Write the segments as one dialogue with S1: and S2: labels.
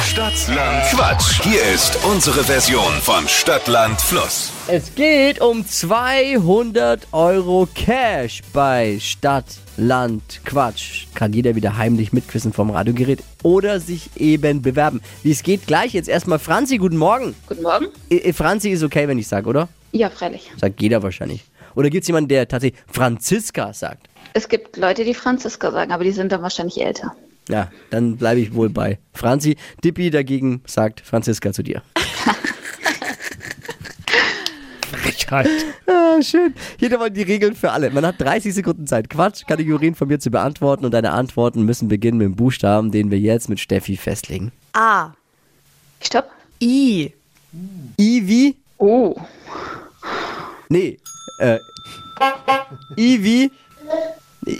S1: Stadtland Quatsch. Hier ist unsere Version von Stadtland Fluss.
S2: Es geht um 200 Euro Cash bei Stadt, Land, Quatsch. Kann jeder wieder heimlich mitquissen vom Radiogerät oder sich eben bewerben. Wie es geht gleich, jetzt erstmal Franzi, guten Morgen.
S3: Guten Morgen.
S2: Äh, äh, Franzi ist okay, wenn ich sage, oder?
S3: Ja, freilich.
S2: Sagt jeder wahrscheinlich. Oder gibt es jemanden, der tatsächlich Franziska sagt?
S3: Es gibt Leute, die Franziska sagen, aber die sind dann wahrscheinlich älter.
S2: Ja, dann bleibe ich wohl bei Franzi. Dippi dagegen sagt Franziska zu dir.
S4: Frechheit.
S2: Ah, schön. Hier nochmal die Regeln für alle. Man hat 30 Sekunden Zeit, Quatschkategorien von mir zu beantworten und deine Antworten müssen beginnen mit dem Buchstaben, den wir jetzt mit Steffi festlegen.
S5: A.
S3: Stopp.
S5: I.
S2: I wie?
S3: Oh.
S2: Nee. Äh, I wie?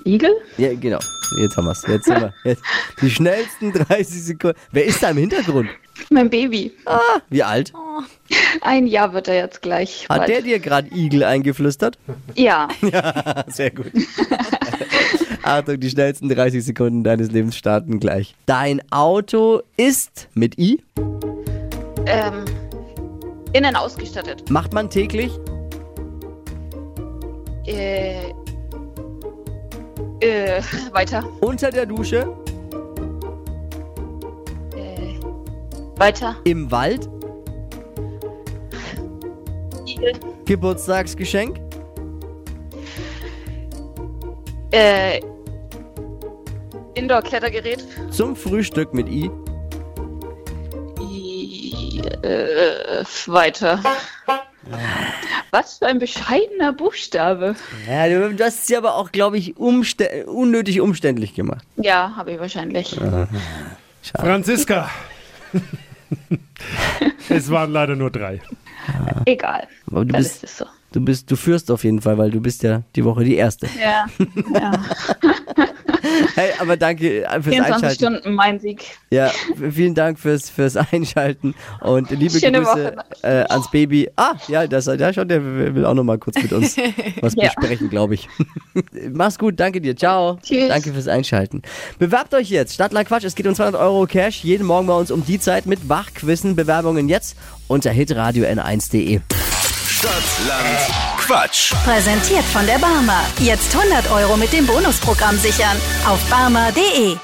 S3: Igel?
S2: Ja, genau. Jetzt haben wir's. Jetzt sind wir. Jetzt. Die schnellsten 30 Sekunden. Wer ist da im Hintergrund?
S3: Mein Baby.
S2: Ah, wie alt?
S3: Ein Jahr wird er jetzt gleich.
S2: Hat
S3: bald.
S2: der dir gerade Igel eingeflüstert?
S3: ja.
S2: Sehr gut. Achtung, die schnellsten 30 Sekunden deines Lebens starten gleich. Dein Auto ist mit I,
S3: ähm, innen ausgestattet.
S2: macht man täglich,
S3: Äh, äh, weiter.
S2: unter der Dusche,
S3: Äh, weiter.
S2: im Wald,
S3: Igel.
S2: Geburtstagsgeschenk,
S3: Äh, Indoor-Klettergerät.
S2: zum Frühstück mit I,
S3: I- Äh, weiter. Was für ein bescheidener Buchstabe.
S2: Ja, du, du hast sie aber auch, glaube ich, umstä unnötig umständlich gemacht.
S3: Ja, habe ich wahrscheinlich.
S4: Franziska. es waren leider nur drei.
S3: Egal.
S2: Aber du
S3: Dann
S2: bist,
S3: ist es so.
S2: du bist, du führst auf jeden Fall, weil du bist ja die Woche die Erste.
S3: Ja.
S2: Hey, aber danke äh, fürs
S3: 24
S2: Einschalten.
S3: Stunden mein Sieg.
S2: Ja, w- vielen Dank fürs, fürs Einschalten und liebe
S3: Schöne
S2: Grüße äh, ans Baby. Ah, ja, das, ja, schon, der will will auch noch mal kurz mit uns was
S3: Ja.
S2: besprechen, glaube ich. Mach's gut, danke dir, ciao.
S3: Tschüss.
S2: Danke fürs Einschalten. Bewerbt euch jetzt, Stadtland Quatsch, es geht um 200 Euro Cash, jeden Morgen bei uns um die Zeit mit Wachquissen, Bewerbungen jetzt unter hitradio n1.de.
S1: Stadtland Quatsch.
S5: Präsentiert von der Barmer. Jetzt 100 Euro mit dem Bonusprogramm sichern. Auf barmer.de.